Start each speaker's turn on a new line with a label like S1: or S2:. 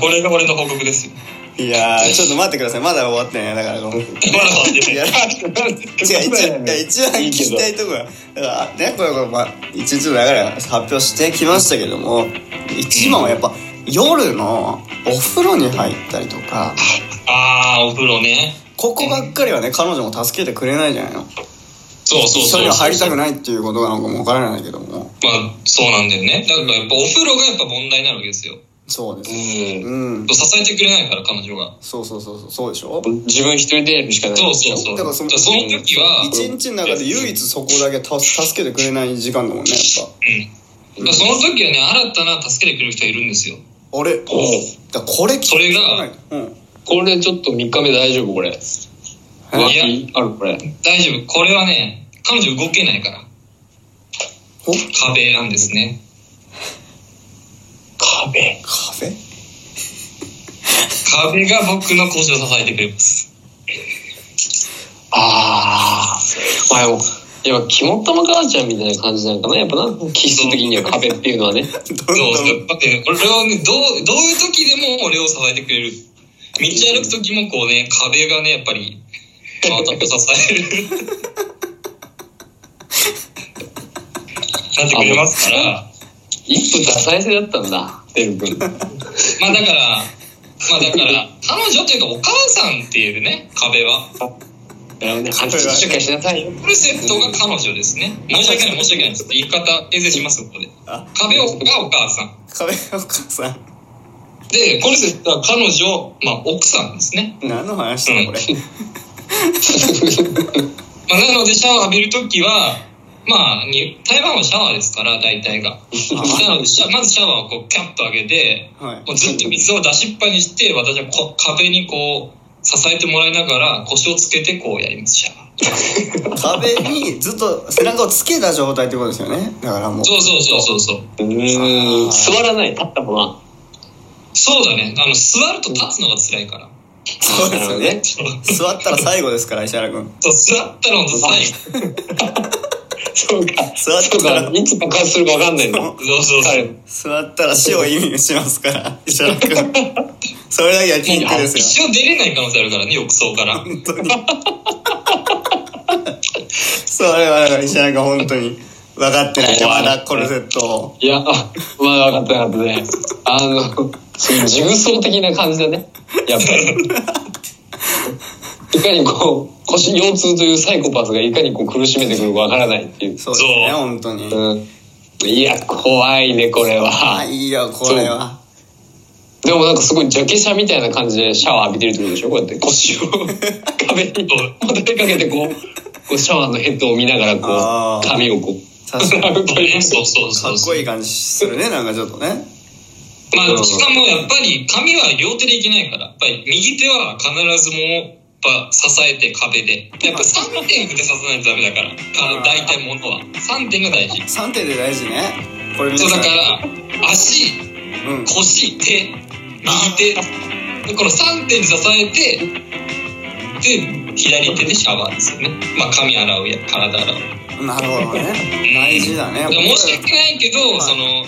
S1: これが俺の報告です。
S2: いやーちょっと待ってくださいまだ終わってないだからこの
S1: まだ終わって
S2: い
S1: な
S2: や
S1: い。
S2: 違う一
S3: そうだよ
S2: 番いや
S3: ね
S2: 一番聞きたいとこはだからねこれこれ、まあ、一日の流れ発表してきましたけども一番はやっぱ夜のお風呂に入ったりとか
S1: ああ、お風呂ね。
S2: ここばっかりはね彼女も助けてくれないじゃないの
S1: そうそうそう。
S2: 一緒には入りたくないっていうことがなんかもわからないけども
S1: まあ、そうなんだよね。だからやっぱお風呂がやっぱ問題なわけですよ。
S2: そうです
S3: う
S2: うん
S1: 支えてくれないから、彼女が。
S2: そうそうそうそうそうでしょ
S3: ん自分一人でやるしかない
S1: そうそうそう。だか
S2: だか
S1: らら
S2: そ
S1: そ
S2: の
S1: の時は、
S2: 一日の中で唯一そこだけた助けてくれない時間だもんねやっ
S1: だからその時はね、新たな助けてくれる人いるんですよ。
S2: ぱあれ
S3: おう
S2: だからこれ聞
S1: それが、
S2: かないうん
S3: これちょっと3日目大丈夫これ
S2: え
S3: 浮気あるこれ
S1: 大丈夫。これはね、彼女動けないから。
S2: お
S1: 壁なんですね。
S3: 壁
S2: カフェ
S1: 壁が僕の腰を支えてくれます。
S3: ああまあでもやっぱ肝っ玉母ちゃんみたいな感じなんかなやっぱな気質的には壁っていうのはね
S2: どんど
S1: そう、
S2: ん
S1: だって、俺はね、どう、どういう時でも俺を支えてくれる。道歩く時もこうね、壁がね、やっぱり、また支える。なってくれますから、
S3: 一夫多妻制だったんだてるくん
S1: まあだから、まあだから、彼女というかお母さんっていうね、壁は。
S3: やめて半日出荷しなさいよ
S1: コルセットが彼女ですね。申し訳ない、申し訳ない。ちょっと言い方、訂正します、ここで。
S2: あ
S1: 壁をがお母さん。
S2: カフェお母さん
S1: で、コルセットは彼女、まあ奥さんですね。
S2: 何の話だこれ
S1: まあ、なのでシャワー浴びるときは、まあ、に台湾はシャワーですから、大体が。なのでシャ、まずシャワーをこう、キャッと上げて、
S2: はい
S1: もうずっと水を出しっぱにして、私はこ壁にこう、支えてもらいながら、腰をつけてこうやります、シャワー。
S2: 壁にずっと背中をつけた状態ってことですよねだからもう
S1: そうそうそうそうそう。
S3: うーん座らない立ったまま
S1: そうだね。あの、座ると立つのが辛いから。
S2: そうですよね
S1: そう、
S2: 座ったら最後ですから石原君
S1: 座ったのと最後。
S3: そうか
S2: 座ってたら
S3: そうかいつ爆発するか分かんないんだ
S1: そうそうそ
S3: 彼
S1: う。
S2: 座ったら死を意味しますから石原君それだけは聞いてですよ
S1: 一応出れない可能性あるからね、浴槽 から。
S2: 本当にそれはだから石原君本当に分かってないねまだコルセットを
S3: いや、あまあ分かった分かったね。あの、そういうジグソー的な感じだね。やっぱり。いかにこう、腰、腰痛というサイコパスがいかにこう苦しめてくるかわからないっていう。
S2: そうですね
S1: そう
S2: 本当に
S3: うん。いや、怖いね、これ
S2: あ
S3: は。
S2: いいよこれは
S3: でもなんかすごいジャケシャみたいな感じでシャワー浴びてるってことでしょこうやって腰を壁にもたれかけてこう、こうシャワーのヘッドを見ながら
S2: あ
S3: こ
S2: ー
S3: う、髪をこう、
S2: 確かに
S3: 洗うという。
S1: そうそうそ
S2: か
S1: う
S2: っ
S1: そ
S2: こ
S1: う。
S2: いい感じするねなんかちょっとね
S1: まあ、しかもやっぱり髪は両手でいけないから、やっぱり右手は必ずもう、やっぱ支えて壁で。やっぱ3点で支えないとダメだから、あの大体物は。3点が大事。
S2: 3点で大事ねこれ皆
S1: そう
S2: さ
S1: だ
S2: ん
S1: から、足、
S2: うん
S1: 腰、手、右手。でこの3点で支えて、で、左手でシャワーですよね。まあ髪洗うや体洗う。
S2: なるほどね大事だね
S1: だから申し訳ないけど、
S2: い
S1: その